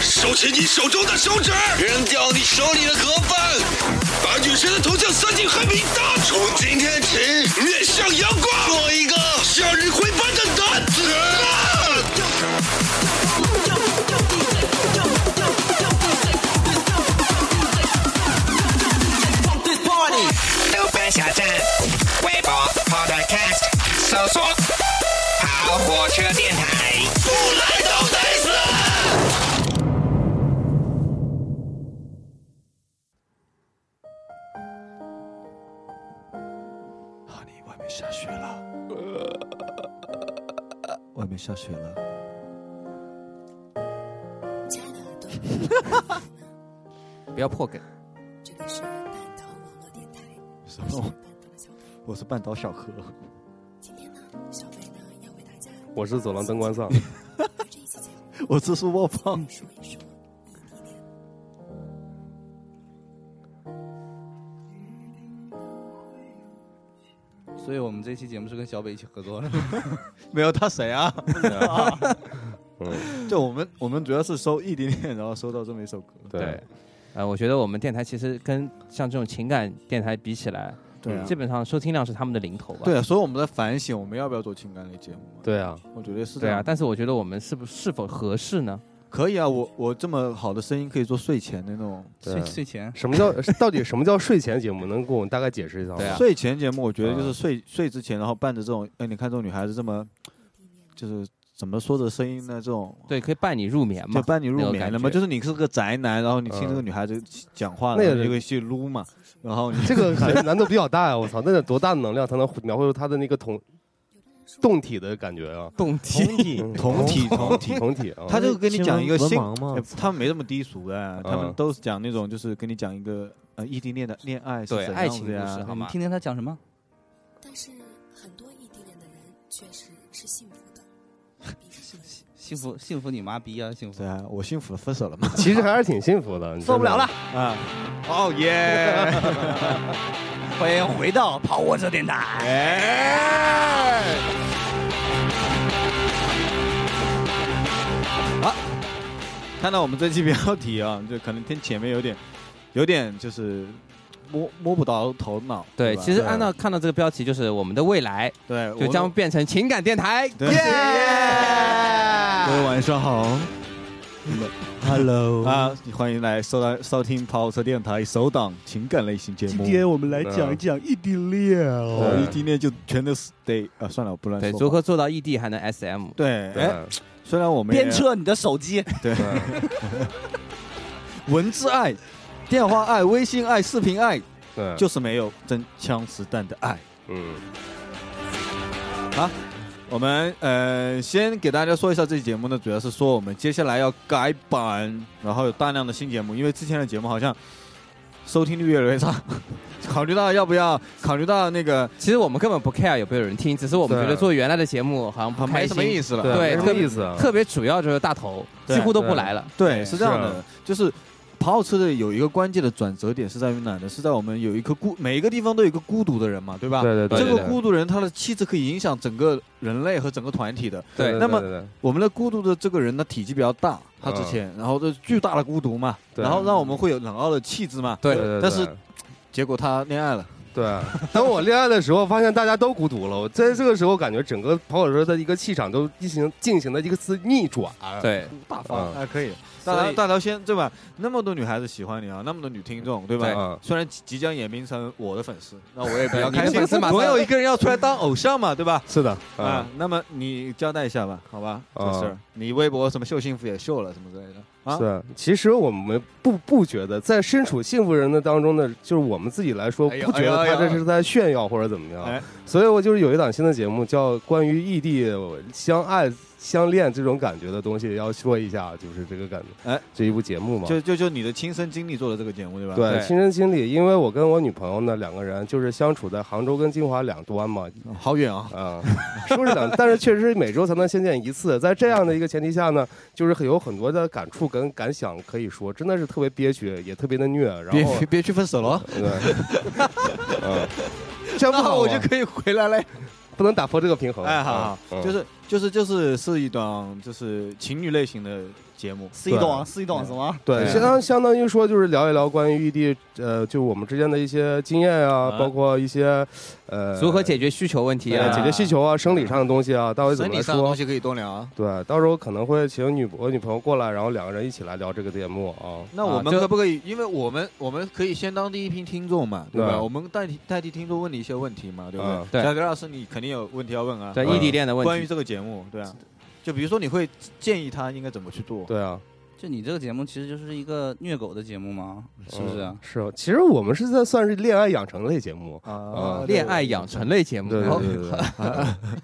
收起你手中的手指，扔掉你手里的盒饭，把女神的头像塞进黑名单。从今天起，面向阳光，做一个向日葵般的男子。豆瓣小站、微博、Podcast，搜索“跑火车电台”。不来都得死。哈尼，外面下雪了，外面下雪了。不要破梗。这里是半岛网络电台，什我是么？半岛的小北。 我是半岛小何。今天呢，小北呢要为大家我是走廊灯 关上，在这一期节目我是苏波胖。说一说异地恋。所以我们这期节目是跟小北一起 合作的。没有他 谁啊？嗯， 就我们，我们主要是收异地恋，然后收到这么一首歌。对，呃，我觉得我们电台其实跟像这种情感电台比起来，对啊基，本上收听量是他们的零头吧。对啊，所以我们在反省，我们要不要做情感类节目嘛？对啊，我觉得是这对样啊，但是我觉得我们是不是否合适呢？可以啊，我我这么好的声音可以做睡前的那种对啊睡睡前什么叫 到底什么叫睡前节目？能给我们大概解释一下吗？对 啊睡前节目，我觉得啊就是睡睡之前，然后伴着这种，哎，你看这种女孩子这么，就是怎么说的声音呢？这种对，可以伴你入眠就嘛。伴你那入种眠感了嘛，觉就是你是个宅男，然后你听这个嗯女孩子讲话，那然后个你就会去撸嘛，然后你这个可能难度比较大呀、我操，那得多大的能量才能描绘出他的那个同动体的感觉啊？动听，嗯同体同体同体啊！他就跟你讲一个新性闻文盲吗哎他们没这么低俗的，他们嗯都是讲那种就是跟你讲一个呃异地恋的恋爱是 对怎爱样情的故事呀好嗯吗你？听听他讲什么？但是很多异地恋的人确实是幸福的，比起我们幸福幸福你妈逼啊！幸福对啊，我幸福了，分手了嘛？其实还是挺幸福的，你嗯受不了真的了，，啊，哦耶！ 欢迎回到跑火车电台。哎看到我们这期标题啊， 就可能听前面有点，有点就是摸摸不着头脑。对，吧其实按照看到这个标题，就是我们的未来对，就我将变成情感电台。 对各位晚上好。Hello 啊，欢迎来收来收听跑车电台首档情感类型节目。我们来讲一讲异地恋哦我一今天就全都是得啊，算了，我不乱对，说。如何做到异地还能 SM？对，对哎，虽然我们也鞭策你的手机， 对文字爱、电话爱、微信爱、视频爱，对，就是没有真枪实弹的爱。嗯，我们呃，先给大家说一下，这期节目呢，主要是说我们接下来要改版，然后有大量的新节目，因为之前的节目好像收听率越来越差。 考虑到要不要，考虑到那个其实我们根本不 care 有没有人听，只是我们对觉得做原来的节目好像不啊好像开啊没什么意心。思了，对没什么意思啊。特别主要就是大头对几乎都不来了，对，是这样哎是啊的，就是跑车的有一个关键的转折点是在于哪呢？是在我们有一颗孤，每一个地方都有一个孤独的人嘛，对吧？对对对，这对个孤独人，他的气质可以影响整个人类和整个团体的。对，对那么对对对我们的孤独的这个人呢，体积比较大，他之前，然后这巨大的孤独嘛，嗯对然后让我们会有冷傲的气质嘛。对对对，但是结果他恋爱了， 对，当我恋爱的时候，发现大家都孤独了。我在这个时候，感觉整个跑火车的一个气场都进行进行了一个次逆转。对，大方啊，可以。所大以条大条先对吧？那么多女孩子喜欢你啊，那么多女听众对吧？对嗯虽然即即将演变成我的粉丝，那我也比较对你的开心。粉丝马上总有一个人要出来当偶像嘛，对吧？是的，啊，，那么你交代一下吧，好吧？这啊事儿，你微博什么秀幸福也秀了，什么之类的嗯啊？是。其实我们不不觉得，在身处幸福人的当中呢，就是我们自己来说，哎呦不觉得哎呦他哎呦这是在炫耀或者怎么样。哎所以我就是有一档新的节目，叫《关于异地相爱相恋这种感觉的东西要说一下，就是这个感觉。哎哎，这一部节目嘛，就就就你的亲身经历做的这个节目对吧？对对亲身经历，因为我跟我女朋友呢两个人就是相处在杭州跟金华两端嘛，好远啊！啊、说是两，但是确实是每周才能相见一次。在这样的一个前提下呢，就是很有很多的感触跟感想，可以说真的是特别憋屈，也特别的虐。 然别后，别别去分手了，对，嗯，这样不好吗，可以回来嘞。不能打破这个平衡。啊哎，好，好嗯就是就是就是是一档就是情侣类型的节目，是一档是一档是吗？对，对相当相当于说就是聊一聊关于异地，呃，就我们之间的一些经验啊，啊包括一些，呃，如何解决需求问题对啊？解决需求啊，生理上的东西啊，到底怎整么体来上的东说？西可以多聊啊。对，到时候可能会请女我女朋友过来，然后两个人一起来聊这个节目啊。那我们就可不可以？因为我们我们可以先当第一批听众嘛，对吧？对我们代替代替听众问你一些问题嘛，对不对嗯？对小刘老师，你肯定有问题要问啊。对嗯异地恋的关问于题，这个节目，对啊，就比如说你会建议他应该怎么去做？对啊，就你这个节目其实就是一个虐狗的节目嘛，是不是啊嗯？是啊，其实我们是在算是恋爱养成类节目。啊，啊哦恋爱养成类节目，对然后对对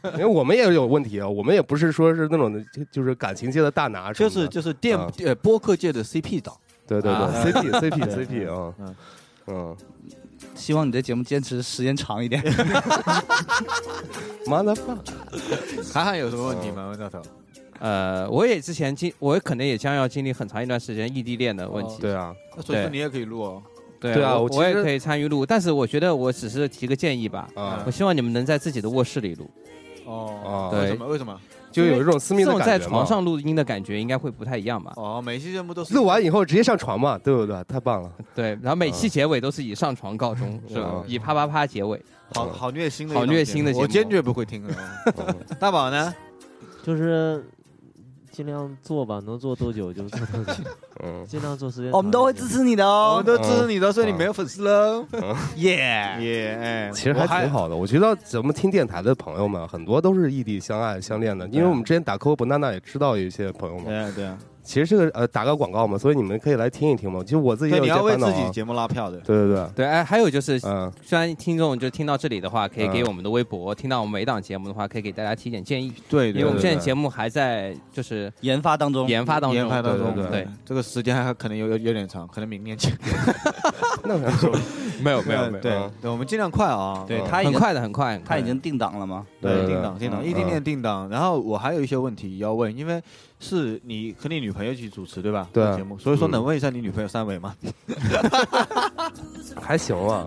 对， 因为我们也有问题啊，我们也不是说是那种的，就就是感情界的大拿什就么的，是就是电啊呃播客界的 CP 党，对对啊对，CP 对 CP CP 啊，嗯嗯嗯希望你的节目坚持时间长一点。 ，motherfucker，涵涵有什么问题吗？温教头，呃，我也之前经，我可能也将要经历很长一段时间异地恋的问题。对啊，那所以说对你也可以录哦。对对啊我我其实也可以参与录，但是我觉得我只是提个建议吧。啊我希望你们能在自己的卧室里录，哦对为什么？为什么？就有一种私密这的种感觉在嘛床上录音的感觉应该会不太一样吧？哦，每期节目都是录完以后直接上床嘛，对不对？太棒了，对，然嗯后每期结尾都是以上床告终，是吧啊？以啪啪啪结尾。好好虐心的一好档虐节心目的节我目坚决不会听的。大宝呢？就是尽量做吧，能做多久就做多久，嗯，尽量做时间。我们都会支。持你的我哦们。都支持你的，所以你没有粉丝喽。耶！耶，哎，其实我还挺好的。我觉得咱们听电台的朋友们很多都是异地相爱相恋的，因为我们之前打 Q 不娜娜也知道有一些朋友们对。啊 对啊，其实这个呃打个广告嘛，所以你们可以来听一听嘛。其实我自己也对，有一你些要为烦恼自己啊。节目拉票的。对对对，对，哎，还有就是，嗯，虽然听众就听到这里的话，可以嗯给我们的微博，听到我们每档节目的话，可以给大家提点建议，对因为我们对现在节目还在就是研发当中，研发当中，研发当中，对对对，这个时间还可能有有有点长，可能明年见。那没说，没有没有没对对有，嗯，对我们尽量快啊。对嗯他已很经快的，很快，很快他已经定档了吗？对，对定对档定档，嗯异地恋定档。然后我还有一些问题要问，因为是你和你女朋友一起主持对吧？对这个节目，所以说嗯能问一下你女朋友三围吗？还行 啊。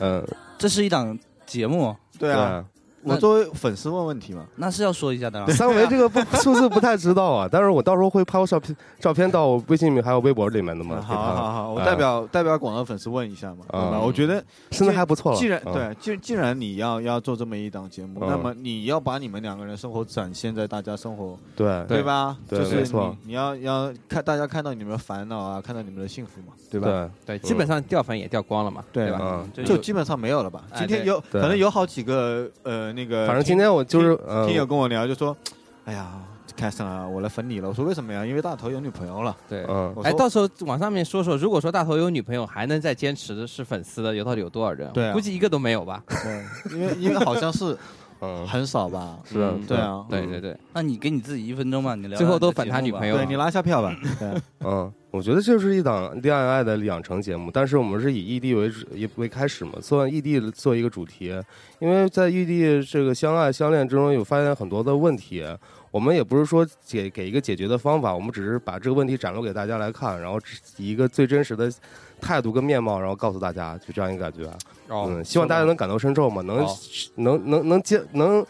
嗯，这是一档节目，对啊对，啊我作为粉丝问问题嘛。那是要说一下的啦。啊三维这个不数字不太知道啊， 但是我到时候会抛照片照片到我微信里面还有微博里面的嘛。啊好给他好好好，我哎代表代表广大粉丝问一下嘛，对吧？嗯我觉得身材还不错了。既然嗯，对，既既然你要要做这么一档节目，嗯那么你要把你们两个人生活展现在大家生活，对对吧？对就是没错你你要要看大家看到你们的烦恼啊，看到你们的幸福嘛，对吧？对对，基本上掉粉也掉光了嘛，对吧？嗯，就就基本上没有了吧？哎今天有可对能有好几个呃那个，反正今天我就是听听友嗯，跟我聊就说，哎呀。凯森啊，我来粉你了。我说为什么呀？因为大头有女朋友了。对。嗯我说哎，到时候往上面说说，如果说大头有女朋友还能再坚持是粉丝的，有到底有多少人？对啊估计一个都没有吧。对因为因为好像是嗯，很少吧？ 是啊嗯对啊，对对对，那你给你自己一分钟吧，你聊聊最后你的都反节他目女吧朋友对你拉下票吧。对，啊嗯，我觉得这是一档恋爱的养成节目，但是我们是以异地为主也为开始嘛，算异地做一个主题，因为在异地这个相爱相恋之中有发现很多的问题，我们也不是说解给一个解决的方法，我们只是把这个问题展露给大家来看，然后只以一个最真实的态度跟面貌，然后告诉大家，就这样一个感觉。哦嗯，希望大家能感同身受嘛，能、好能能能接能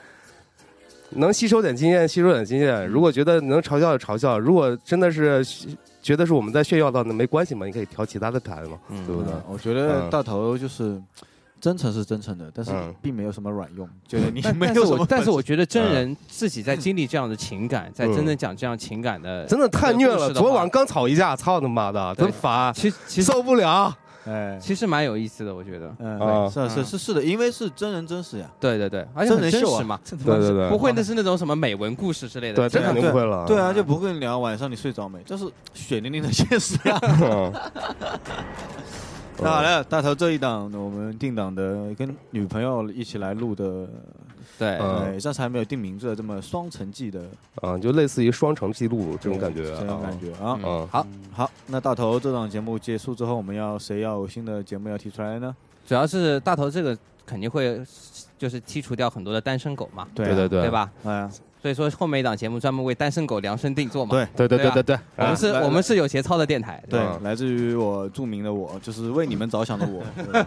能吸收点经验，吸收点经验。如果觉得能嘲笑就嘲笑，如果真的是觉得是我们在炫耀到，那没关系嘛，你可以调其他的台嘛，嗯对不对？我觉得嗯大头就是真诚是真诚的，但是嗯并没有什么卵用，觉得你 但没但是有什我么。但是我觉得真人自己在经历这样的情感，在嗯真正讲这样情感的，真的太虐这个故了，事的昨话晚刚吵一架，操他妈的，对真烦，其实其实受不了。哎，其实蛮有意思的，我觉得。嗯，啊是是是是的，因为是真人真事呀。对对对，而且真很人真秀啊实嘛，对对对，不会那是那种什么美文故事之类的。对，这真的肯定不会了。对啊，就不会聊晚上你睡着没，这是血淋淋的现实啊呀。 嗯，啊那好了，大头这一档我们定档的跟女朋友一起来录的哎对嗯对，暂时还没有定名字的这么双城记的啊，就类似于双城记录这种感觉，这种感觉嗯啊。啊，好好，那大头这档节目结束之后，我们要谁要有新的节目要提出来呢？主要是大头这个肯定会就是剔除掉很多的单身狗嘛，啊对对对对？吧？哎呀，所以说后面一档节目专门为单身狗量身定做嘛。对对对对对啊对对，我啊们是来我们是有节操的电台，对嗯，来自于我著名的我，就是为你们着想 的我，对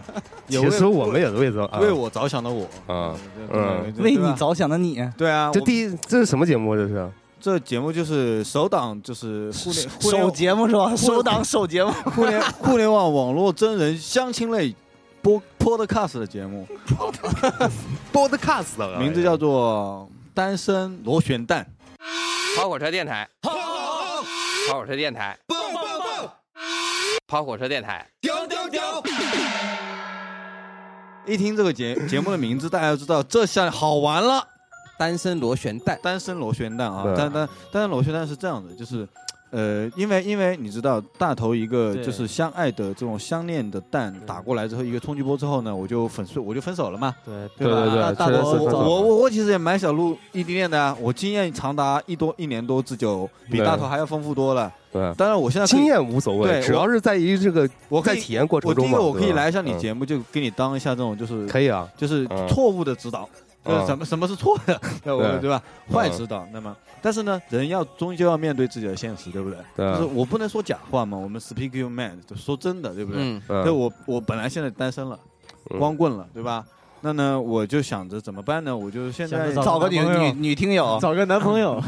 其也为实我们也是为此啊为我着想的我，啊，对嗯，为你。对吧着想的你，对啊，这我第一这是什么节目？这是这节目就是首档，就是互联互联 首网节目是吧？首档首节目， 互联互联网网络真人相亲类播 podcast 的节目，啊 Podcast，名字叫做《单身螺旋蛋》。跑火车电台，跑火车电台，棒棒棒，跑火车电台，屌屌屌！一听这个节节目的名字，大家就知道这下好玩了。单身螺旋蛋，单身螺旋蛋啊对，但但但是螺旋蛋是这样的，就是，呃，因为因为你知道大头一个对就是相爱的这种相恋的蛋打过来之后，一个冲击波之后呢，我就粉碎，我就分手了嘛。对对吧对大对，大确实头我是分早手我我我其实也蛮小鹿异地恋的啊，我经验长达一多一年多之久，比对大头还要丰富多了。对。当然，我现在可以经验无所谓，对只要是在于这个我可在以体验过程我第中一嘛。个我可对以吧来一下你嗯节目，就给你当一下这种就是可以啊，就是嗯错误的指导，嗯就是什么什么是错 的，对我对嗯对吧？坏指导。那么，但是呢，人要终究要面对自己的现实，对不对？对 就啊是，我不能说假话嘛，我们 speak your mind，就说真的，对不对？嗯，嗯就我我本来现在单身了，嗯光棍了，对吧？那呢，我就想着怎么办呢？我就现想在着找找个女男朋女友女听哦友，找个男朋友，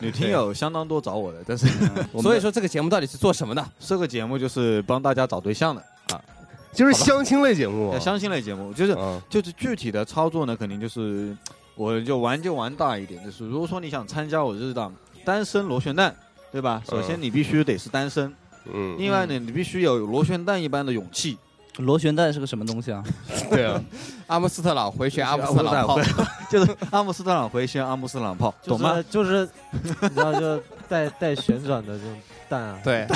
女听友相当多找我的，但是嗯 我们 所以说这个节目到底是做什么的？这个节目就是帮大家找对象的，就是相亲类节目嘛。相亲类节目，就是啊就是具体的操作呢，肯定就是我就玩就玩大一点，就是如果说你想参加我这档单身螺旋蛋，对吧？首先你必须得是单身，嗯，另外呢，你必须有螺旋蛋一般的勇气。螺旋蛋是个什么东西啊？对啊， 阿姆斯特朗回旋阿姆斯特朗炮，就是阿姆斯特朗回旋阿姆斯特朗炮，就懂吗是？就是，你知道就带带旋转的这种蛋啊，对，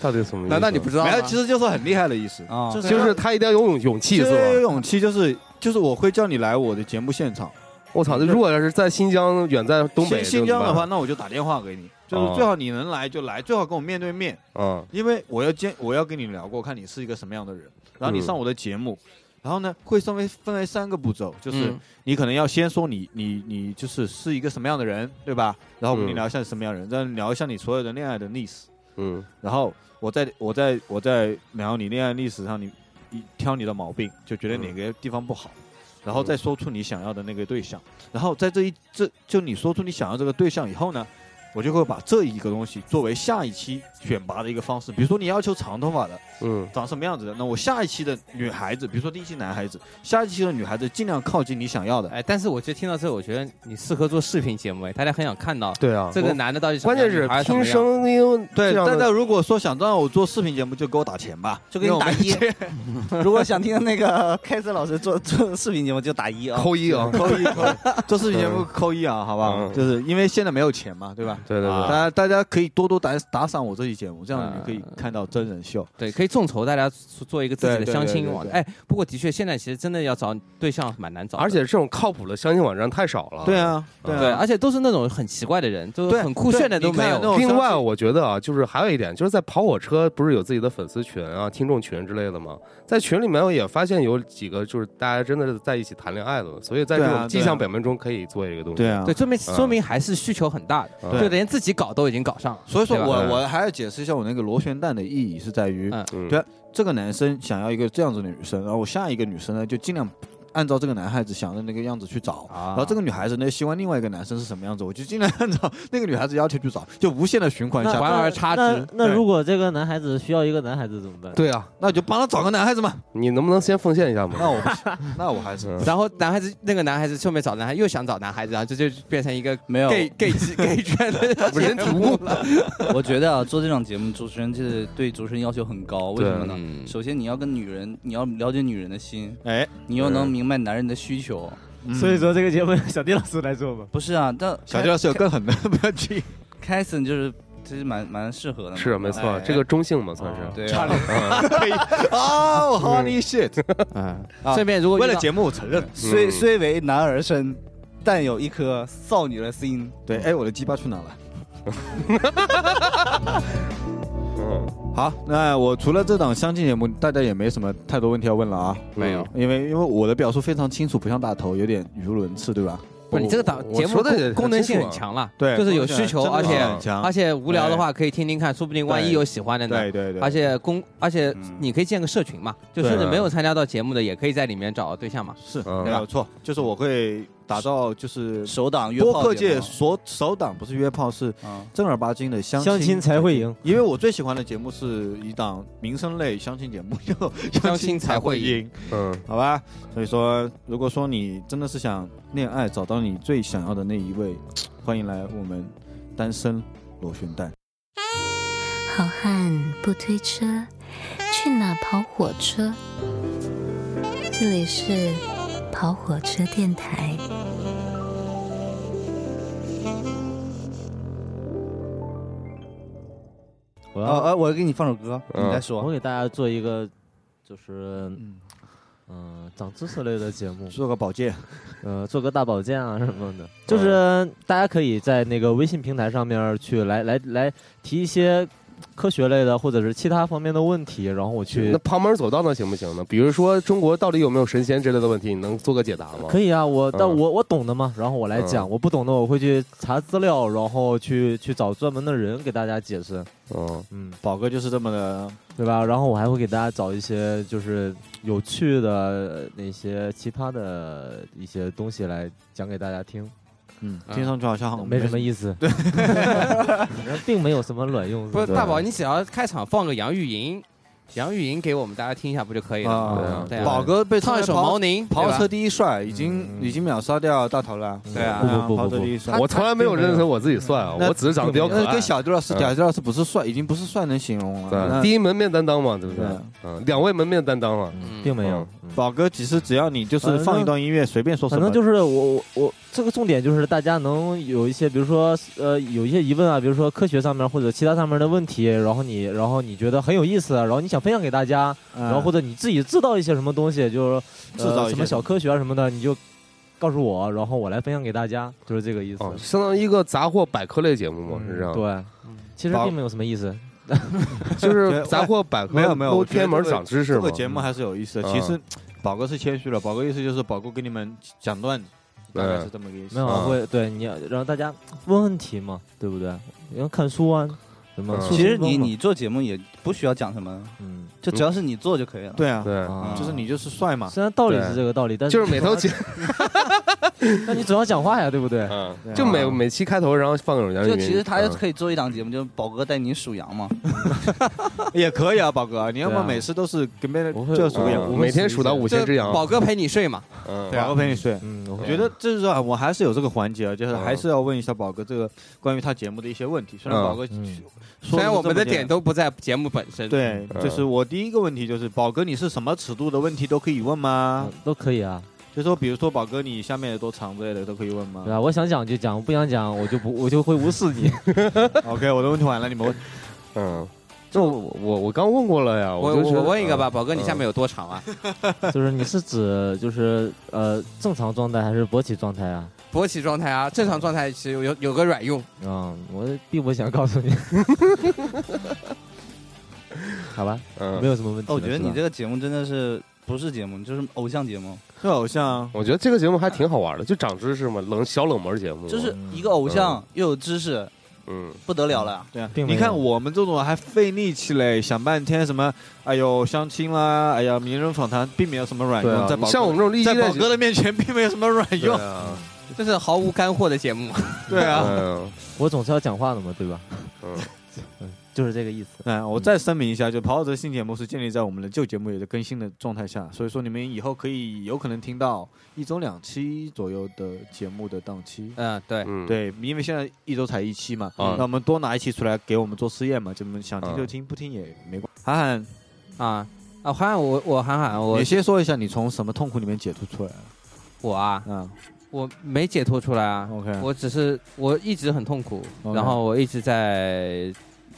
到底什么意思？难道你不知道没有，吗？其实就是很厉害的意思。啊，就是就是他一定要有勇勇气，就是是有吧？勇气，就是就是我会叫你来我的节目现场。我操，这如果要是在新疆，远在东北，新新疆的话，，那我就打电话给你，就是哦最好你能来就来，最好跟我面对面。嗯，因为我要见，我要跟你聊过，看你是一个什么样的人，然后你嗯上我的节目，然后呢会分为分为三个步骤，就是嗯你可能要先说你你你就是是一个什么样的人，对吧？然后我跟你聊一下什么样的人，再聊一下你所有的恋爱的历史，嗯然后我再我再我再聊你恋爱历史上你你挑你的毛病，就觉得哪个地方不好。然后再说出你想要的那个对象，然后在这一这就你说出你想要这个对象以后呢，我就会把这一个东西作为下一期选拔的一个方式。比如说你要求长头发的，嗯长什么样子的，那我下一期的女孩子，比如说第一期男孩子，下一期的女孩子尽量靠近你想要的。哎，但是我觉得听到这，我觉得你适合做视频节目，哎，大家很想看到对啊，这个男的到底什么关样键是女孩什么听样声音，对，这样但的但如果说想让我做视频节目，就给我打钱吧，就给你打一。如果想听那个开森老师做做视频节目，就打一啊。扣一 啊，扣一扣一，做视频节目扣一啊，好不好？嗯就是因为现在没有钱嘛，对吧？对对大对，家大家可以多多打打赏我这期节目，这样你们可以看到真人秀。对，可以众筹，大家做做一个自己对的对相亲对网对。哎，不过的确，现在其实真的要找对象蛮难找的，而且这种靠谱的相亲网站太少了。对。啊，对对，啊，而且都是那种很奇怪的人，都对很酷炫的都没对你看那有。种另外，相我觉得啊，就是还有一点，就是在跑火车不是有自己的粉丝群啊、听众群之类的吗？在群里面，我也发现有几个就是大家真的是在一起谈恋爱的，所以在这对啊种迹对啊象表明中可以做一个东西。对啊，对，说明说明还是需求很大的，嗯就连自己搞都已经搞上了。所以说对吧我对我还要解释一下我那个螺旋蛋的意义是在于嗯，嗯对这个男生想要一个这样子的女生，然后我下一个女生呢就尽量按照这个男孩子想的那个样子去找。啊然后这个女孩子呢，希望另外一个男生是什么样子，我就尽量按照那个女孩子要求去找，就无限的循环下那去。环而差之那那对如果这个男孩子需要一个男孩子怎么办？对啊，那我就帮他找个男孩子嘛。你能不能先奉献一下那嘛？我不行，那我还是嗯然后男孩子那个男孩子后面找男孩又想找男孩子，然后这就变成一个没有 gay gay 机 gay 圈的人体蜈蚣，我觉得啊，做这种节目，主持人就是对主持人要求很高，为对什么呢？首先你要跟女人，你要了解女人的心，哎，你又能明白男人的需求。所以说这个节目小丁老师来做吧。 不是啊，但小杰老师有更狠的，不要去。凯森就是其实蛮蛮适合的嘛。是没错哎这个中性嘛算是哦对差啊点，哦，Honey shit！嗯，啊顺便如果遇到目我承认虽虽为男儿身，但有一颗少女的心。对，哎，我的鸡巴去哪了？嗯好，那我除了这档相亲节目，大家也没什么太多问题要问了啊。没有因为因为我的表述非常清楚，不像大头有点语无伦次，对吧？不是你这个档节目功功能性很强了，啊对，就是有需求，功能而性且很强哎而且无聊的话可以听听看，说不定万一对有喜欢的呢。嗯对对对嗯而且公，而且你可以建个社群嘛，就对啊甚至没有参加到节目的，也可以在里面找对象嘛。是，对没吧有？错，就是我会打造就是首档约炮播客节界目首首档不是约炮，是正儿八经的相相亲才会赢。因为我最喜欢的节目是一档民生类相亲节目，叫相亲才会赢。嗯，好吧。所以说，如果说你真的是想恋爱，找到你最想要的那一位，欢迎来我们单身螺旋蛋。好汉不推车，去哪跑火车？这里是跑火车电台。我哦啊要呃，我给你放首歌，你再说。我给大家做一个，就是，嗯，长知识类的节目，做个保健，呃，做个大保健啊什么嗯的，就是大家可以在那个微信平台上面去来来来提一些科学类的或者是其他方面的问题，然后我去嗯那旁门左道那行不行呢？比如说中国到底有没有神仙之类的问题，你能做个解答吗？可以啊，我嗯但我我懂的嘛，然后我来讲，嗯我不懂的我会去查资料，然后去去找专门的人给大家解释，嗯嗯，宝哥就是这么的，对吧？然后我还会给大家找一些就是有趣的呃那些奇葩的一些东西来讲给大家听。嗯，听上去好像哦没什么意思，对， 并没有什么卵用。不是对大宝，你只要开场放个杨钰莹，杨钰莹给我们大家听一下不就可以了啊吗？对啊，宝哥被唱一首跑毛宁，对跑吧车第一帅，已经已经秒杀掉大头了。对啊不不不不不跑车第一帅，我从来没有认为我自己帅啊那我只是长得比较可爱那跟小迪老师，嗯小迪老师不是帅，已经不是帅能形容了。那对，第一门面担当嘛，对不对对？嗯，两位门面担当啊，嗯并没有。宝哥其实只要你就是放一段音乐，随便说什反么，正就是我我我这个重点就是大家能有一些，比如说呃有一些疑问啊，比如说科学上面或者其他上面的问题，然后你然后你觉得很有意思，然后你想分享给大家，嗯然后或者你自己制造一些什么东西，就是、呃、制造一些什么小科学啊什么的，你就告诉我，然后我来分享给大家，就是这个意思。嗯哦，相当于一个杂货百科类节目嘛，是这样。嗯对，其实并没有什么意思。就是杂货百科没有没有，都我觉得偏门这个长知识这个嘛节目还是有意思的。嗯其实宝哥是谦虚了，宝哥意思就是宝哥给你们讲段子，大概是这么个意思。没有嗯啊会对你要让大家问问题嘛，对不对？要看书啊，什么嗯塑其实身风你嘛你做节目也不需要讲什么，嗯，就只要是你做就可以了。对啊，对啊就是你就是帅嘛。虽然道理是这个道理，但是就是每 头讲，那你总要讲话呀，对不对？嗯，就每每期开头，然后放个杨钰就莹。其实他嗯可以做一档节目，就是宝哥带你数羊嘛。也可以啊，宝哥，你要对么啊每次都是跟别人我会啊就数个羊，嗯每天数到五千只羊。宝哥陪你睡嘛，嗯宝哥陪你睡。嗯，我觉得这是啊我还是有这个环节啊，嗯就是还是要问一下宝哥这个关于他节目的一些问题。虽然宝哥嗯虽然我们的点都都不在节目本身，对，嗯就是我第一个问题就是宝哥，你是什么尺度的问题都可以问嗯吗？都可以啊，就说比如说宝哥你下面有多长之类的都可以问吗对吧？我想讲就讲，不想讲我就不我就会无视你。 嗯？OK，我的问题完了，你们问。嗯，就我我我刚问过了呀，我就觉我得问一个吧，宝哥，你嗯下面有多长啊？就是你是指就是呃正常状态还是勃起状态啊？勃起状态啊，正常状态其实有有有个卵用，嗯，我并不想告诉你。好吧，嗯没有什么问题哦了。我觉得是吧你这个节目真的是不是节目，你就是偶像节目，是偶像。我觉得这个节目还挺好玩的，就长知识嘛，冷小冷门节目。就是一个偶像又有知识，嗯，不得了了。对啊并没你有看我们这种还费力气嘞，想半天什么，哎呦相亲啦，哎呀名人访谈，并没有什么卵对用，啊在宝哥像我们这种利益在类宝型哥的面前并没有什么卵用，这是毫无干货的节目。对啊。啊嗯我总是要讲话的嘛，对吧？ 嗯，就是这个意思。嗯，我再声明一下，就跑火车新节目是建立在我们的旧节目也在更新的状态下，所以说你们以后可以有可能听到一周两期左右的节目的档期。嗯，对，对，因为现在一周才一期嘛，嗯那我们多拿一期出来给我们做试验嘛，就我们想听就听，不听也没关。涵涵啊啊，涵涵，我我涵涵，我你先说一下你从什么痛苦里面解脱出来了？我啊，嗯，我没解脱出来啊。 OK，我只是我一直很痛苦嗯 OK 然后我一直在，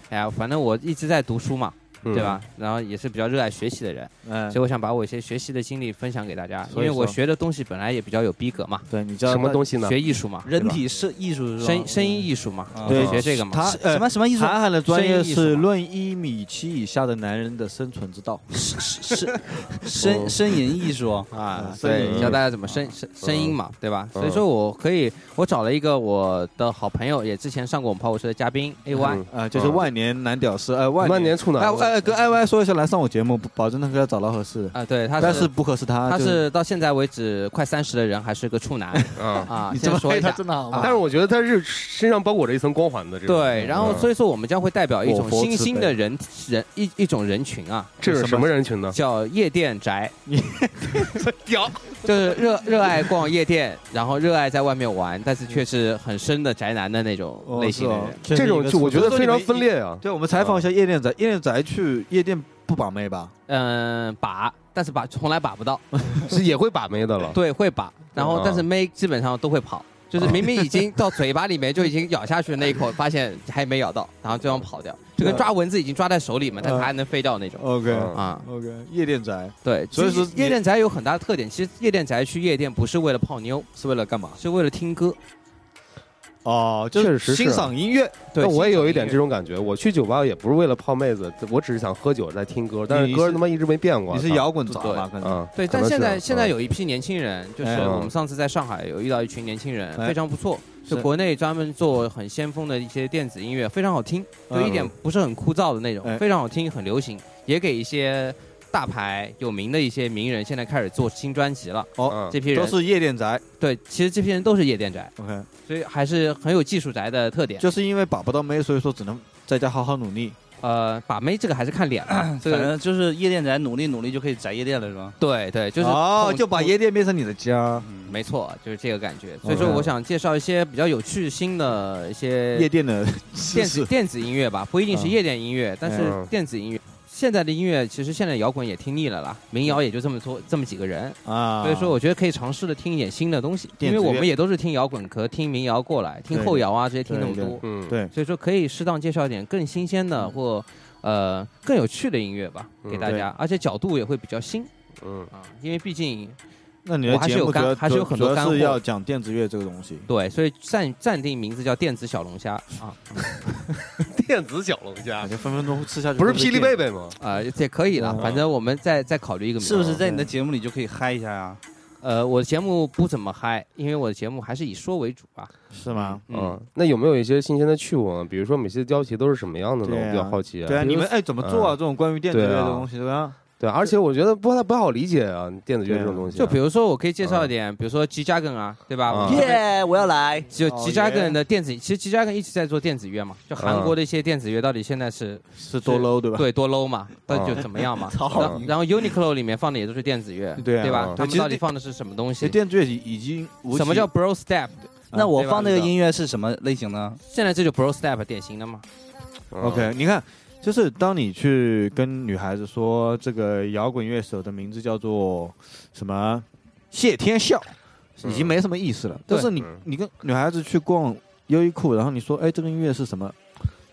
哎呀，反正我一直在读书嘛，嗯对吧？然后也是比较热爱学习的人，嗯所以我想把我一些学习的经历分享给大家，因所以为我说学的东西本来也比较有逼格嘛。对你知道什么东西呢学艺术嘛，人体是艺术是吧声声音艺术嘛，对，学这个嘛。他呃韩寒的专声业音艺术嘛是论一米七以下的男人的生存之道，是 是呻呻吟艺术啊呻对，吟教大家怎么声嗯声声音嘛，对吧？所以说我可以，我找了一个我的好朋友，也之前上过我们跑火车的嘉宾 A 嗯 Y 啊，就是万年男屌丝，哎，万万年处男哎哎，跟 I Y 说一下，来上我节目，不保证他可以找到合适的啊，对，他但是不合适他，他就是到现在为止快三十的人，还是个处男 啊。你这先么说黑一下，他真的好啊但是我觉得他是身上包裹着一层光环的这种。对，然后嗯所以说我们将会代表一我种佛新慈兴悲的人人一一种人群啊，这是什么人群呢？叫夜店 宅，屌， 就是热热爱逛夜店，然后热爱在外面玩，但嗯是却是很深的宅男的那种哦哦类型的啊。人。啊对，我们采访一下夜店宅，夜店宅去夜店不把妹吧？嗯，把，但是把从来把不到， 是也会把妹的了。对，会把，然后啊但是妹基本上都会跑，就是明明已经到嘴巴里面就已经咬下去的那一口，发现还没咬到，然后就想跑掉，啊就跟抓蚊子已经抓在手里嘛，但是还能飞掉那种。 OK 嗯啊，OK，夜店宅，对，所以说其实夜店宅有很大的特点，其实夜店宅去夜店不是为了泡妞，是为了干嘛？是为了听歌。哦，就确是实是欣赏音乐但对我也欣赏有一点音乐这种感觉，我去酒吧也不是为了泡妹子， 我只是想喝酒在听歌，但你是是歌他妈一直没变过。你是操摇滚宅吧可能嗯对，可但能现是在嗯现在有一批年轻人，就是哎我们上次在上海有遇到一群年轻人，哎非常不错，就是国内专门做很先锋的一些电子音乐，非常好听，就嗯一点不是很枯燥的那哎种，非常好听，很流行，也给一些大牌有名的一些名人现在开始做新专辑了。嗯哦这批人都是夜店宅。对，其实这批人都是夜店宅， OK，所以还是很有技术宅的特点。就是因为把不到妹，所以说只能在家好好努力。呃，把妹这个还是看脸嗯嘛，这反个正就是夜店宅，努力努力就可以宅夜店了，是吧？对对，就是哦，碰就把夜店变成你的家。没错，就是这个感觉。所以说，我想介绍一些比较有趣新的一些夜店的电知识子电子音乐吧，不一定是夜店音乐，但是嗯电子音乐。现在的音乐其实现在摇滚也听腻了啦，民谣也就这么多这么几个人啊所以说我觉得可以尝试着听一点新的东西，因电子为乐我们也都是听摇滚和听民谣过来，听对后摇啊这些听那么对多，嗯对所以说可以适当介绍一点更新鲜的或呃更有趣的音乐吧嗯给大家，而且角度也会比较新，嗯啊，因为毕竟那你我的还是节有目主要干还是有主很多主干要货是要讲电子乐这个东西。对，所以暂暂定名字叫电子小龙虾啊，电子小龙虾，啊就分分钟吃下去不是霹雳贝贝吗？啊，也可以了，反正我们再再考虑一个名字。啊是不是在你的节目里就可以嗨一下呀、呃，我的节目不怎么嗨，因为我的节目还是以说为主啊吧。是吗？嗯，那有没有一些新鲜的趣闻啊？比如说每次标题都是什么样的呢？对我啊比较好奇。对啊比如你们哎怎么做啊嗯这种关于电子乐的对啊东西对吧？对，而且我觉得不太不好理解啊，电子乐这种东西啊。就比如说，我可以介绍一点，比如说吉加根啊，对吧？我们这边耶、我要来！就吉加根的电子，其实吉加根一直在做电子乐嘛，就韩国的一些电子乐到底现在是是多 low 对吧对，多 low 嘛，到底就怎么样嘛？操然后然后 Uniqlo 里面放的也都是电子乐，对啊对吧嗯？他其实们到底放的是什么东其西实？哎电子乐已已经无什么其叫 Bro Step？那我放这个乐。音乐是什么类型呢？现在这就 bro step 典型的嘛。嗯嗯 OK，你看，就是当你去跟女孩子说这个摇滚乐手的名字叫做什么谢天笑，嗯已经没什么意思了。但是你你跟女孩子去逛优衣库，然后你说，哎，这个音乐是什么？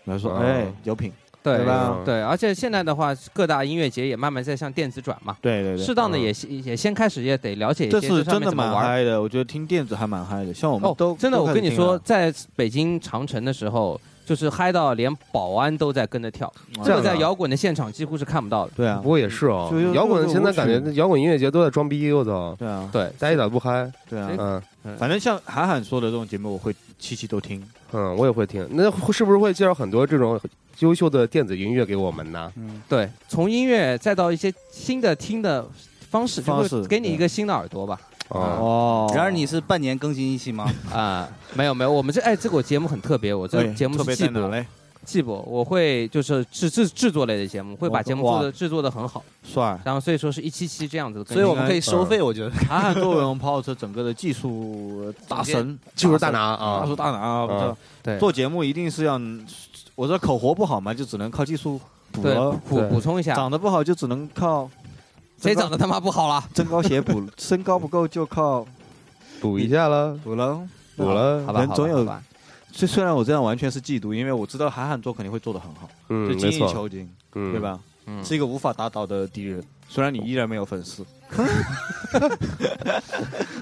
女孩说，嗯哎，有品，对吧？对，而且现在的话，各大音乐节也慢慢在向电子转嘛。对对对适当的也也先开始也得了解一这些是真上面的怎么蛮玩。嗨的，我觉得听电子还蛮嗨的。像我们哦都，真的，都我开跟始你听说，了在北京长城的时候，就是嗨到连保安都在跟着跳，这这样个啊在摇滚的现场几乎是看不到的。对啊不过也是哦就就，摇滚就现在就感觉摇滚音乐节都在装逼，我操！对啊，对，大家一点都不嗨。对啊，嗯，反正像韩寒说的这种节目，我会期期都听。嗯，我也会听。那会是不是会介绍很多这种优秀的电子音乐给我们呢？嗯，对，从音乐再到一些新的听的方式，就方会式给你一个新的耳朵吧。哦然而你是半年更新一 期吗？啊，没有没有，我们这哎，这个节目很特别，我这个哎节目特别是在季哪播嘞，季播，我会就是制制制作类的节目，会把节目做的制作的很好，帅。然后所以说是一期期这样子的更所以新，我们可以收费我觉得韩寒作为我们跑跑火车整个的技术大总监神， 技术神大拿啊技术大拿啊！啊不知道对做节目一定是要，我这口活不好嘛，就只能靠技术补对了补补充一下长得不好就只能靠， 谁长得他妈不好了？增高鞋补，身高不够就靠补一下了，补了，啊补了，人总有。虽虽然我这样完全是嫉妒，因为我知道韩寒做肯定会做的很好，嗯就精益没错求精，嗯对吧？嗯是一个无法打倒的敌人，虽然你依然没有粉 丝。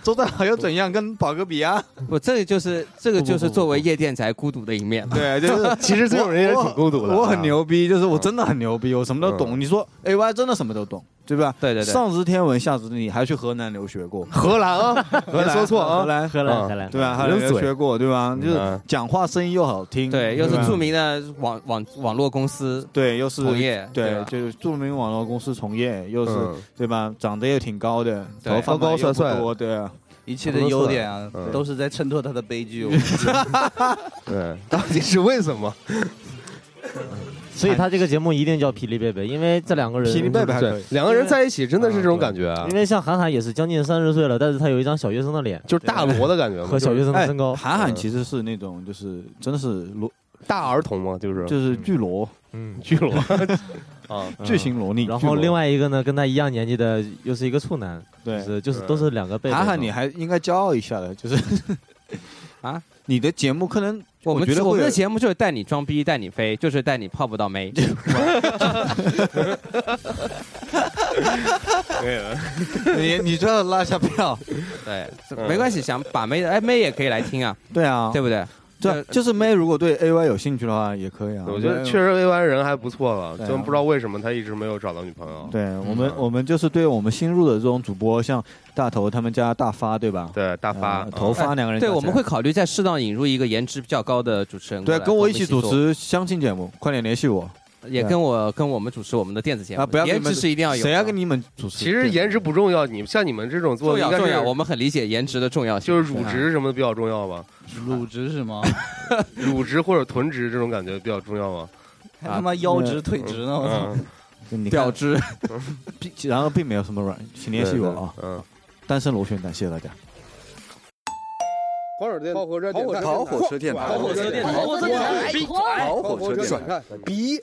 周大好又怎样？跟宝哥比啊？不，这个就是这个就是作为夜店宅孤独的一面 嘛。对，啊就是 我我啊很牛逼，就是嗯我真的很牛逼，我什么都懂。你说 A Y 真的什么都懂，对吧？对对对上知天文，下知地理，还去河南留学过。荷兰 啊，荷兰别说错啊，荷兰荷兰荷兰哦对啊吧？还人留啊嘴嗯学过对吧？就是讲话声音又好听，对，又是吧著名的网网网络公司，对，又啊是从业，对对吧，就是著名网络公司从业，又是嗯对吧？长得又挺高的，对头发高嘛高又帅不帅多，对啊，一切的优点啊，嗯都是在衬托他的悲剧。我对， 到底是为什么？所以他这个节目一定叫霹雳贝贝，因为这两个人霹雳贝贝还可以对两个人在一起真的是这种感觉啊因为像韩寒也是将近三十岁了，但是他有一张小学生的脸，就是大罗的感觉嘛和小学生的身高。嗯哎韩嗯寒其实是那种就是真的是罗大儿童嘛，就是就是巨罗，嗯，巨罗啊嗯巨型萝莉。然巨后罗另外一个呢，跟他一样年纪的又是一个处男，对就是就是都是两个贝贝嘛。韩寒，你还应该骄傲一下的，就是 啊，你的节目可能我们觉得我会们有的节目就是带你装逼，带你飞，就是带你泡不到妹。你你最好拉下票， 对，没关系，想把妹的，哎，妹也可以来听啊。对啊， 对不对？对，就是妹如果对 A Y 有兴趣的话，也可以啊。我觉得确实 A Y 人还不错了，对啊就不知道为什么他一直没有找到女朋友。对嗯我嗯们，我们就是对我们新入的这种主播，像大头他们家大发，对吧？对，呃大发嗯啊啊头发两个人加起哎对，来，我们会考虑再适当引入一个颜值比较高的主持人过对来。跟我一起做主持相亲节目，快点联系我，也跟我跟我们主持我们的电子节目，啊不要跟颜你们哎值是一定要有的。谁要跟你们主持？其实颜值不重要，你像你们这种做的重应要该重要，是我们很理解颜值的重要性。 就是乳汁什么的比较重要吧？乳汁是吗？啊乳汁或者臀汁这种感觉比较重要吗？还他妈腰直腿直呢我操嗯你看表 知，并然后并没有什么软，请联系我啊。嗯，单身螺旋感谢大家。跑火车电跑火车电台跑火车电台跑火车电台跑火车电台跑火车电台转看逼。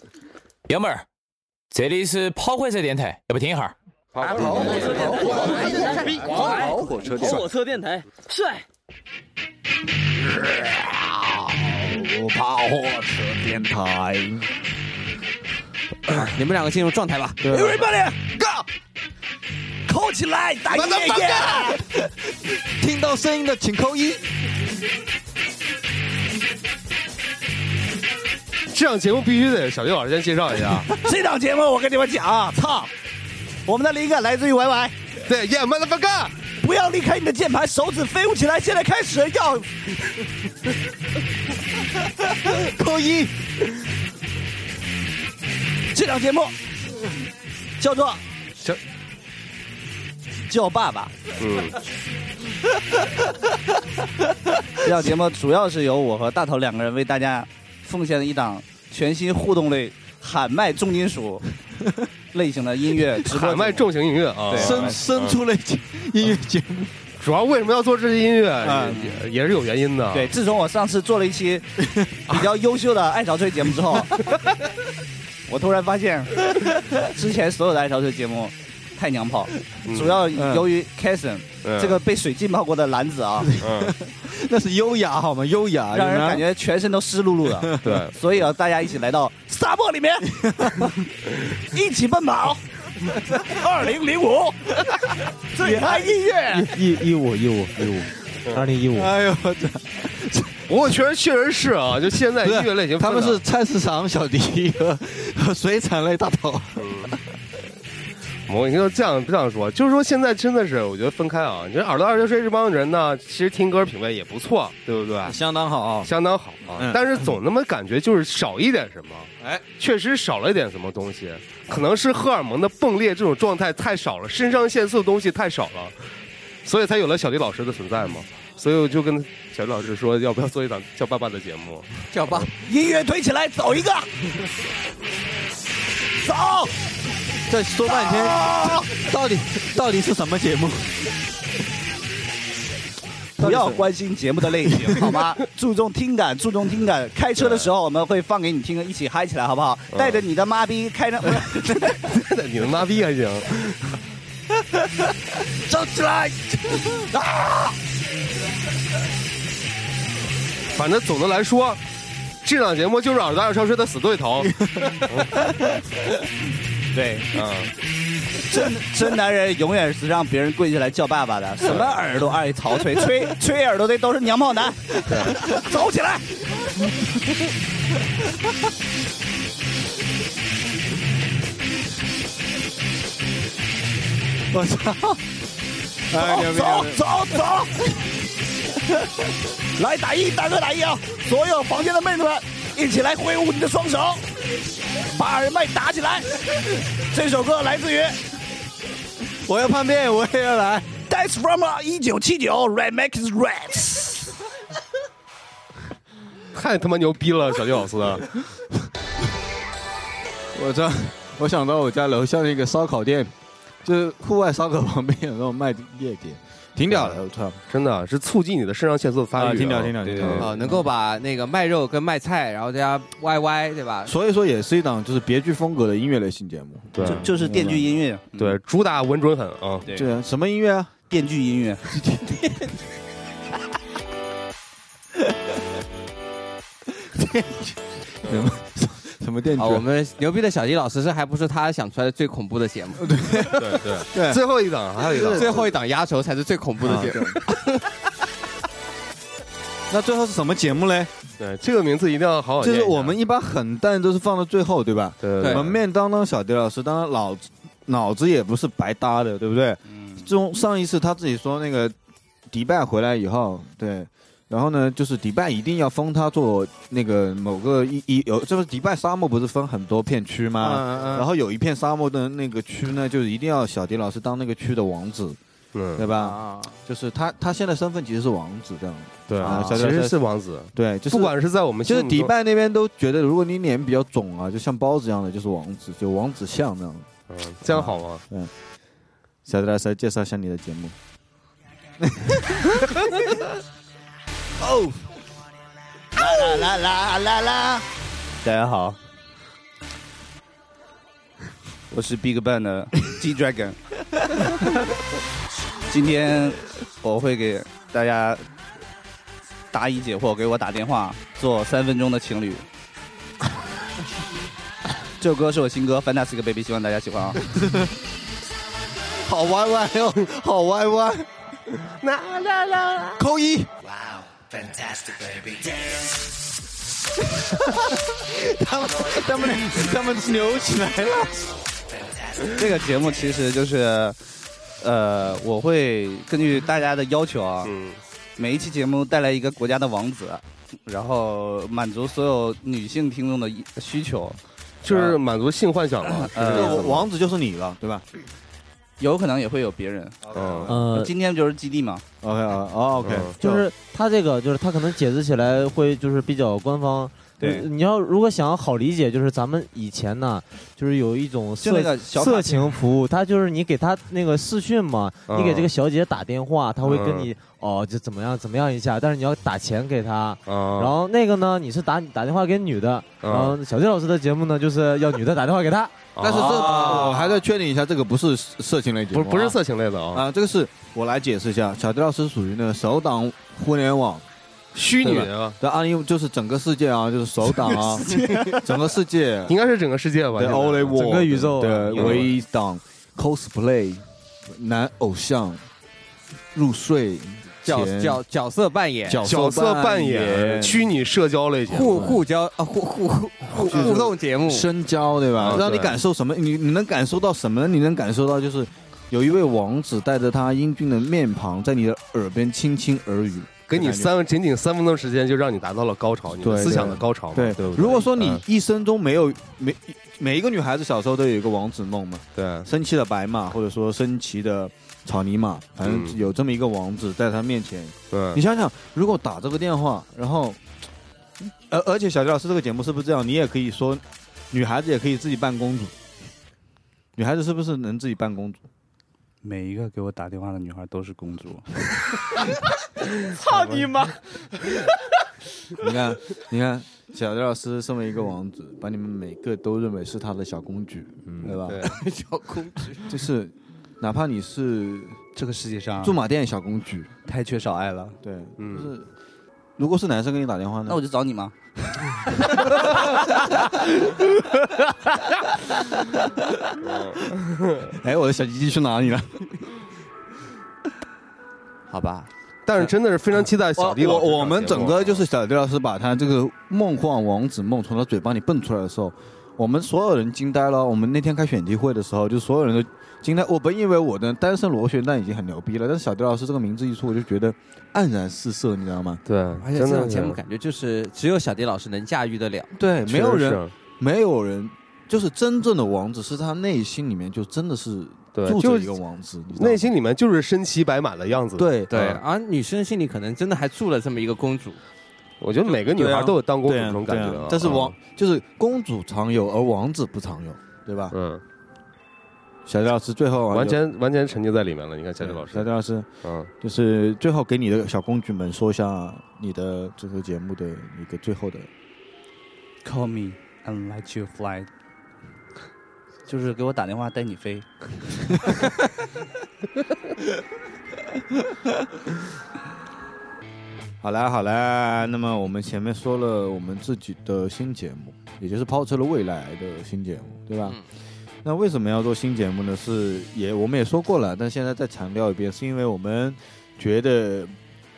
爷们儿，这里是跑火车电台，要不听一下儿？跑火车电台跑火车电台车电台，帅！跑火车电台。你们两个进入状态吧。 Everybody go，扣起来，打爷爷！听到声音的请扣一。这档节目必须得小刘老师先介绍一下。这档节目我跟你们讲啊，操！我们的灵感来自于 YY。对，Yeah motherfucker！不要离开你的键盘，手指飞舞起来！现在开始要 扣一。这档节目叫做叫叫爸爸。嗯，这档节目主要是由我和大头两个人为大家奉献了一档全新互动类喊麦重金 属类型的音乐直播节目。喊麦重型音乐啊，对深深深出类音 乐节目。主要为什么要做这些音乐，也也是有原因的。对，自从我上次做了一期比较优秀的爱潮吹节 目之后，我突然发现，之前所有的爱潮吹节目太娘炮，嗯主要由于 Kason、嗯这个被水浸泡过的男 子啊，嗯 那是优雅好吗？优雅，让人有没有感觉全身都湿漉漉的。对所以啊，大家一起来到沙漠 里面一起奔跑。二零零 五，最嗨音乐。一一五一五一五，二零一五。哎呦，不过确实确实是啊，就现在音乐类型他分的，们是菜市场小迪和和水产类大头。我跟你说这样这样说，就是说现在真的是我觉得分开啊，你这耳朵二十岁这帮人呢，其实听歌品味也不错，对不对？ 相当好，相当好啊嗯，但是总那么感觉就是少一点什么，哎，确实少了一点什么东西，可能是荷尔蒙的迸裂这种状态太少了，肾上腺素的东西太少了，所以才有了小迪老师的存在嘛。所以我就跟小迪老师说，要不要做一档叫爸爸的节目？叫爸，音乐推起来，走一个，走。这说半天，啊到底到底是什么节目？不要关心节目的类型，好 吗？注重听感，注重听感。开车的时候我们会放给你听，一起嗨起来，好不好？嗯带着你的妈逼开 着， 你他妈逼还行。走起来！啊！反正总的来说，这档节目就是耳朵爱超车的死对 头。 对，嗯，真真男人永远是让别人跪下来叫爸爸的，什么耳朵爱曹吹，吹吹耳朵的都是娘炮男，走起来！我操！哎走走走走！来打一，大哥打一啊！所有房间的妹子们，一起来挥舞你的双手，把耳麦打起来。这首歌来自于《我要叛变》，我也要来。That's from 一九七九 Remix Rats。太他妈牛逼了，小刘老师！ 我这，我想到我家楼下那个烧烤店，就是户外烧烤旁边有那种卖夜店，挺屌的，我操！真的是促进你的肾上腺素的发育啊、啊挺屌挺屌挺屌对啊，能够把那个卖肉跟卖菜，然后再加 YY，对吧？所以说也是一档就是别具风格的音乐类型节目，对啊就就是电锯音乐，对，主打稳准狠啊，对啊，什么音乐啊？电锯音乐，什么什么电啊，我们牛逼的小迪老师，这还不是他想出来的最恐怖的节目。对对对最后一档还有一档，最后一档压轴才是最恐怖的啊节目。啊 那最后是什么节目嘞？对，这个名字一定要好好念就一下是我们一般很淡都是放到最后，对吧？对门面当当小迪老师，当然脑子脑子也不是白搭的，对不对？嗯。中上一次他自己说那个迪拜回来以后，对，然后呢，就是迪拜一定要封他做那个某个一一有，就是迪拜沙漠不是分很多片区吗？嗯嗯嗯然后有一片沙漠的那个区呢，就是一定要小迪老师当那个区的王子。对对吧？啊就是他，他现在身份其实是王子这样子。对啊，其实是王子。对，就是不管是在我们就心是目迪中拜那边都觉得，如果你脸比较肿啊，就像包子一样的，就是王子，就王子像那样的。嗯，这样好吗？嗯，小迪老师介绍一下你的节目。哦，啦啦啦啦啦啦！大家好，我是 Big Bang 的 G Dragon。今天我会给大家答疑解惑，给我打电话做三分钟的情侣。 这首歌是我新歌《Fantastic Baby》，希望大家喜欢啊！ 好歪歪哦，好歪歪！啦啦啦！扣一。 Wow, fantastic baby. 他们他们他们扭起来了。这个节目其实就是，呃，我会根据大家的要求啊，每一期节目带来一个国家的王子，然后满足所有女性听众的一需求，就是满足性幻想啊嘛。啊呃，王子就是你了，对吧？有可能也会有别人。呃今天就是基地嘛。 OK 啊，OK，就是哦他这个，就是他可能解释起来会就是比较官方。呃对你你要如果想要好理解，就是咱们以前呢，就是有一种就色那个小卡片色情服务，他就是你给他那个视讯嘛，嗯你给这个小姐打电话，他会跟你嗯哦就怎么样怎么样一下，但是你要打钱给他。嗯然后那个呢，你是打打电话给女的，嗯然后小弟老师的节目呢，就是要女的打电话给他。啊但是这我还在确定一下，这个不是色情类节目啊，不不是色情类的啊啊，这个是我来解释一下，小迪老师属于那个首档互联网。虚拟对吧啊，对，啊，因为就是整个世界啊，就是首档 啊，整个世界应该是整个世界吧？对现在 Only World，整个宇宙啊对有唯一档 cosplay 男偶像入睡角前角角色扮演，角角色扮演演虚拟社交类节目，互互交啊互互互互动节目，深交哦对吧啊？让你对感受什么？你你能感受到什么？你能感受到就是有一位王子带着他英俊的面庞，在你的耳边轻轻耳语，给你的感觉三仅仅三分钟时间就让你达到了高潮，你的对思想对的高潮嘛。对对不对如果说你嗯一生中没有每每一个女孩子小时候都有一个王子梦嘛，对，升旗的白马或者说升旗的草泥马，反正嗯有这么一个王子在他面前，对你想想，如果打这个电话，然后，而而且小迪老师这个节目是不是这样？你也可以说，女孩子也可以自己扮公主，女孩子是不是能自己扮公主？每一个给我打电话的女孩都是公主。操你妈！你看， 你看，小迪老师身为一个王子，嗯 把你们每个都认为是他的小公举，对吧？小公举就是哪怕你是这个世界上驻马店小公举，太缺少爱嗯了。对，嗯哦就是如果是男生给你打电话呢，那我就找你吗？哎，我的小鸡鸡去哪里了？好吧，但是真的是非常期待小弟老师我上节目我们整个就是小迪老师把他这个梦幻王子梦从他嘴巴里蹦出来的时候，我们所有人惊呆了。我们那天开选题会的时候，就所有人都惊呆。我本以为我的单身螺旋蛋已经很牛逼了，但是小迪老师这个名字一出，我就觉得黯然失色，你知道吗？对，而且这档节目感觉就是只有小迪老师能驾驭得了。对，没有人，没有人，就是真正的王子，是他内心里面就真的是对住就着是一个王子，你知道吗内心里面就是身骑白马的样子。对对，嗯而女生心里可能真的还住了这么一个公主。我觉得每个女孩都有当公主这种感觉啊对啊啊。但是王就是公主常有，而王子不常有，对吧？嗯。小迪老师最后啊完全完全沉浸在里面了。你看，小迪老师，小迪老师，嗯，就是最后给你的小公举们说一下你的这个节目的一个最后的 Call me and let you fly，就是给我打电话带你飞。好啦好啦，那么我们前面说了我们自己的新节目，也就是抛车了未来的新节目，对吧？那为什么要做新节目呢？是也我们也说过了，但现在再强调一遍，是因为我们觉得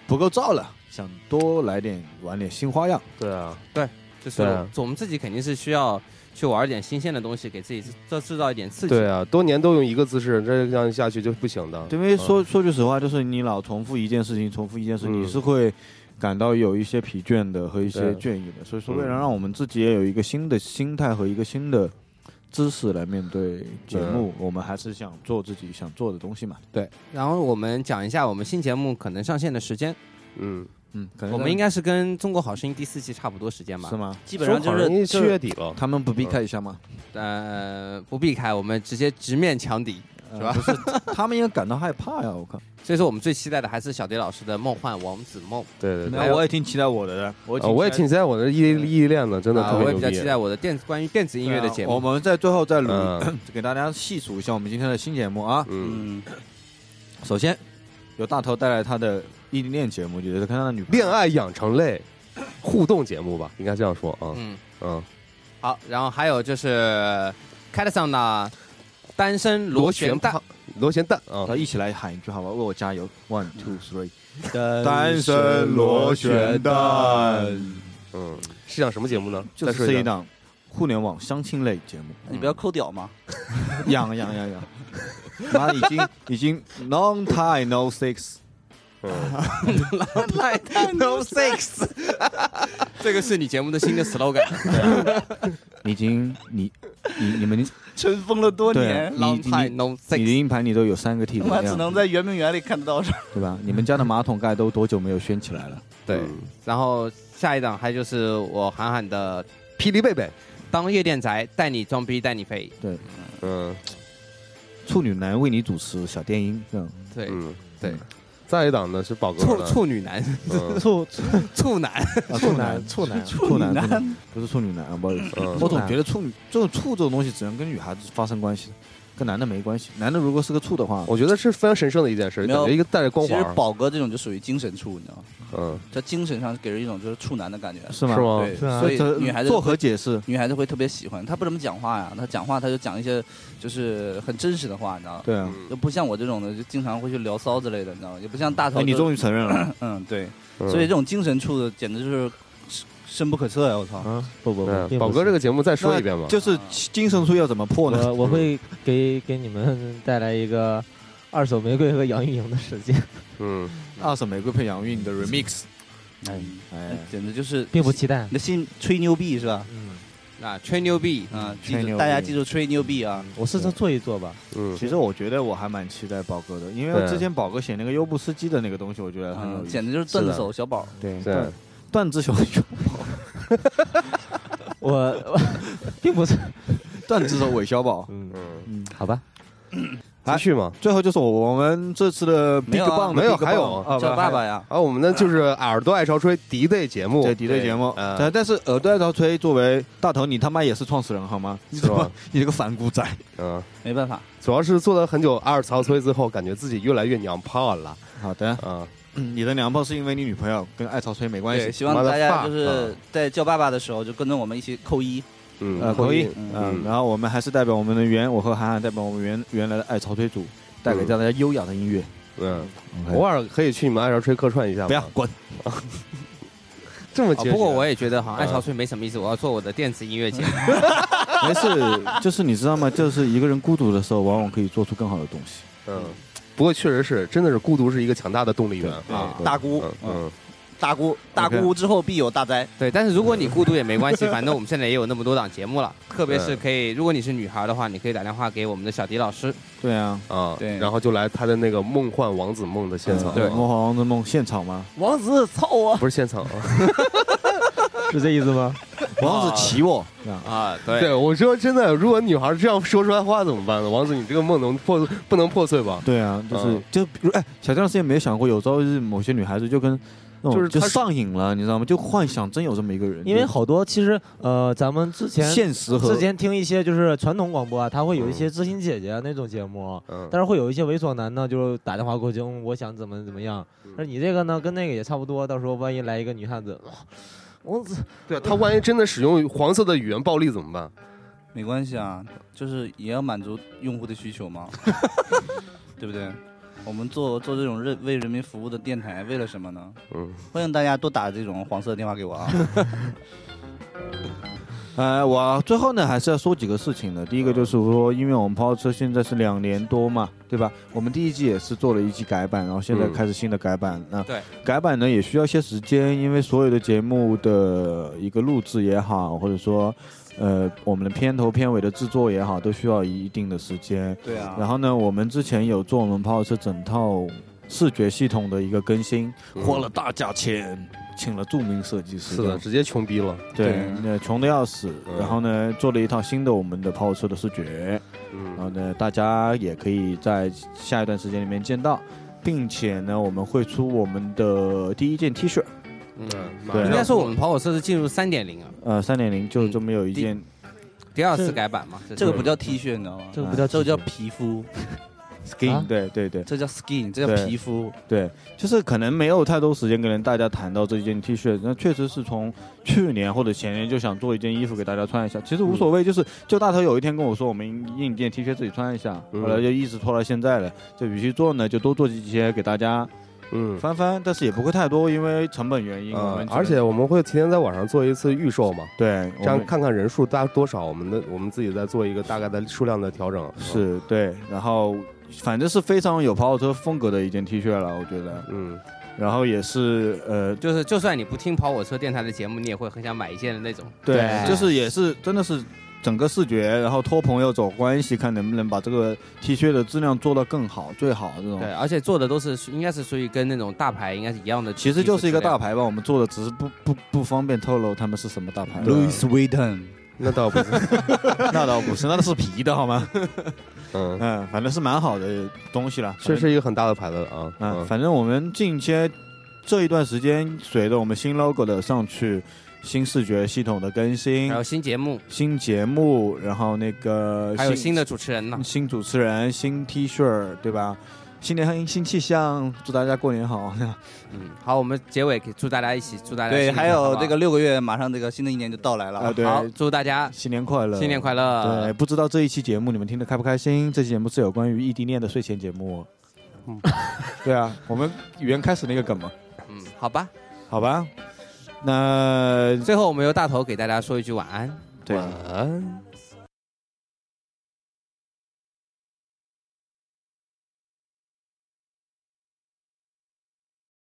不够燥了，想多来点玩点新花样。对啊，对，就是对啊我们自己肯定是需要去玩一点新鲜的东西，给自己制制造一点刺激。对啊，多年都用一个姿势，这样下去就不行啊的。因为说说句实话，就是你老重复一件事情，重复一件事情，嗯你是会感到有一些疲倦的和一些对倦意的。所以说，嗯为了让我们自己也有一个新的心态和一个新的知识来面对节目，我们还是想做自己想做的东西嘛。对，然后我们讲一下我们新节目可能上线的时间。嗯嗯，可能我们应该是跟《中国好声音》第四季差不多时间吧？是吗？就是了他们不嗯避开一下吗？呃，不避开，我们直接直面强敌，是呃吧？不是， 他们应该感到害怕呀！我靠，所以说我们最期待的还是小迪老师的《梦幻王子梦》。对对对那我也挺期待我的的，我哦啊我也挺期待我的异异地恋的，真的啊特别我也牛比逼。啊较期待我的电子关于电子音乐的节目。啊嗯我们在最后再录， 给大家细数一下我们今天的新节目啊。嗯，首先由大头带来他的异地恋节目，也就是看他的女恋爱养成类互动节目吧，应该这样说啊。嗯嗯，好，然后还有就是开得上的单身螺旋蛋。螺旋蛋啊，一起来喊一句好吧，为我加油，one two three，单身螺旋蛋嗯，是档什么节目呢？就再说是这下一档互联网相亲类节目，你不要抠屌吗？养养养养，妈已经已经 long time no six，嗯 No six，这 个是你节目的新的 slogan。 已经你你你们尘封了多对年，，你你你的硬盘里都有三个 T 他的妈量，只能在圆明园里看得到。对吧？你们家的马桶盖都多久没有掀起来了？对，嗯然后下一档还就是我韩寒的《霹雳贝贝》，当夜店宅带你装逼带你飞。对，嗯，处女男为你主持小电音，这样对，嗯对。再一档呢是宝哥处的处女男嗯，处 处男，啊，处啊男，处男，处男，处男，不是处女男啊，不好意思，嗯我总觉得处女这种处这种东西只能跟女孩子发生关系，跟男的没关系。男的如果是个处的话，我觉得是非常神圣的一件事，没感有觉一个带着光其实环。宝哥这种就属于精神处，你知道吗？嗯，在精神上给人一种就是处男的感觉，是吗是吗对，是啊所以这女孩子作何解释？女孩子会特别喜欢他，不怎么讲话呀，他讲话他就讲一些就是很真实的话，你知道吗？对啊，就不像我这种的，就经常会去聊骚之类的，你知道吗？也不像大头哎就。你终于承认了嗯，对，嗯所以这种精神处的简直就是深不可测呀！我操。啊不不嗯不，宝哥这个节目再说一遍吧那就是精神处要怎么破呢？我我会给给你们带来一个二手玫瑰和杨钰莹的时间，嗯，二手玫瑰配杨钰的 remix，哎哎，简直就是并不期待。你的心吹牛逼是吧？嗯，啊，吹 牛逼啊，记吹牛住逼大家记住吹牛逼啊！我试着做一做 吧。嗯其实我觉得我还蛮期待宝哥的，因为对之前宝哥写那个优步司机的那个东西，我觉得很有意嗯，思，简直就是段子手小宝。对对段段子手小我并不是段子手韦小宝，嗯嗯嗯，好吧，继续吗？最后就是我们这次的啊 Big Bang 的没有， Big 还 Bang 有啊，不还有啊，我们的就是耳朵爱潮吹敌对节目，对敌对呃节目，嗯对，但是耳朵爱潮吹作为大头，你他妈也是创始人好吗？你怎么你这个反骨仔？嗯，没办法，主要是做了很久二曹吹之后，感觉自己越来越娘炮了。 好的，嗯，你的娘炮是因为你女朋友跟爱潮吹没关系，希望大家 Motherfuck，就是在叫爸爸的时候，就跟着我们一起扣一。呃，可以，嗯，然后我们还是代表我们的原，我和韩寒代表我们原原来的爱潮推组，带给大家优雅的音乐。嗯，偶尔可以去你们爱潮吹客串一下。哎不要嗯滚！这么啊结不过实我也觉得好像爱潮吹没什么意思，我要做我的电子音乐节嗯目。没事，就是你知道吗？就是一个人孤独的时候，往往可以做出更好的东西。嗯，不过确实是，真的是孤独是一个强大的动力源啊。大姑，嗯，大姑，大姑之后必有大灾。对，但是如果你孤独也没 关系，反正我们现在也有那么多档节目了，特别是可以，如果你是女孩的话，你可以打电话给我们的小迪老师。对啊，啊，对，然后就来他的那个《梦幻王子梦》的现场，啊对，梦幻王子梦现场吗？王子操我！不是现场啊，是这意思吗？王子骑我啊，对，我说真的，如果女孩这样说出来话怎么办呢？王子，你这个梦能破不能破碎吧？对啊，就是嗯就比如哎，小段时间没有想过，有朝一日某些女孩子就跟那就种是就她是上瘾了，你知道吗？就幻想真有这么一个人，因为好多其实呃，咱们之前现实和之前听一些就是传统广播啊，它会有一些知心姐姐啊那种节目，嗯但是会有一些猥琐男呢，就是打电话过去，嗯，我想怎么怎么样。那你这个呢，跟那个也差不多，到时候万一来一个女汉子，哇我对他万一真的使用黄色的语言暴力怎么办？没关系啊，就是也要满足用户的需 求嘛，对不对？我们做做这种人为人民服务的电台，为了什么呢？嗯，欢迎大家多打这种黄色的电话给我啊。 呃，我最后呢还是要说几个事情的。第一个就是说，因为我们跑车现在是两年多嘛，对吧？我们第一季也是做了一季改版，然后现在嗯开始新的改版。嗯那、对改版呢也需要一些时间，因为所有的节目的一个录制也好，或者说。呃，我们的片头片尾的制作也好，都需要一定的时间。对啊然后呢，我们之前有做我们跑车整套视觉系统的一个更新，花了大价钱，请了著名设计师。是的，直接穷逼了。对，嗯那穷的要死。然后呢，做了一套新的我们的跑车的视觉，然后呢，大家也可以在下一段时间里面见到，并且呢，我们会出我们的第一件 T 恤，嗯，马上应该说我们跑火车是进入三点零啊，呃，三点零就这么有一件，第二次改版嘛。这个不叫 T 恤，你知道吗？这个不叫这个叫皮肤 skin，、对对对，这叫 skin，这叫对皮肤。对，就是可能没有太多时间跟大家谈到这件 T 恤，那确实是从去年或者前年就想做一件衣服给大家穿一下，其嗯实无所谓，就是就大头有一天跟我说，我们印一件 T 恤自己穿一下，后嗯来就一直拖到现在了，就与其做呢，就多做一些给大家。嗯，翻翻，但是也不会太多，因为成本原因。我们嗯，而且我们会提前在网上做一次预售嘛，对这我样们看看人数大多少，我们的我们自己再做一个大概的数量的调整。是对，然后反正是非常有跑车风格的一件 T 恤了，我觉得。嗯，然后也是呃，就是就算你不听跑火车电台的节目，你也会很想买一件的那种。对，就是也是真的是整个视觉，然后托朋友走关系，看能不能把这个 T 恤的质量做到更好，最好这种。对，而且做的都是应该是属于跟那种大牌应该是一样的，其实就是一个大。牌吧，我们做的只是不不不方便透露他们是什么大牌。嗯 Louis Vuitton，那倒不是，那倒不是，那都是皮的好 吗？ 嗯嗯，反正是蛮好的东西了，这是一个很大的牌子啊。啊，反正我们近些这一段时间，随着我们新 logo 的上去，新视觉系统的更新，还有新节目，新节目，然后那个还有新的主持人呢。新主持人、新 T 恤，对吧？新年新气象，祝大家过年好。 嗯，好，我们结尾给祝大家一起祝大家对，新年还好有不好这个六个月，马上这个新的一年就到来了啊，对，好，祝大家新年快乐，新年快乐对，不知道这一期节目你们听得开不开心？这期节目是有关于异地恋的睡前节目。 对啊，我们原开始那个梗嘛，嗯，好吧。好吧？那最后我们由大头给大家说一句晚安。对，晚安。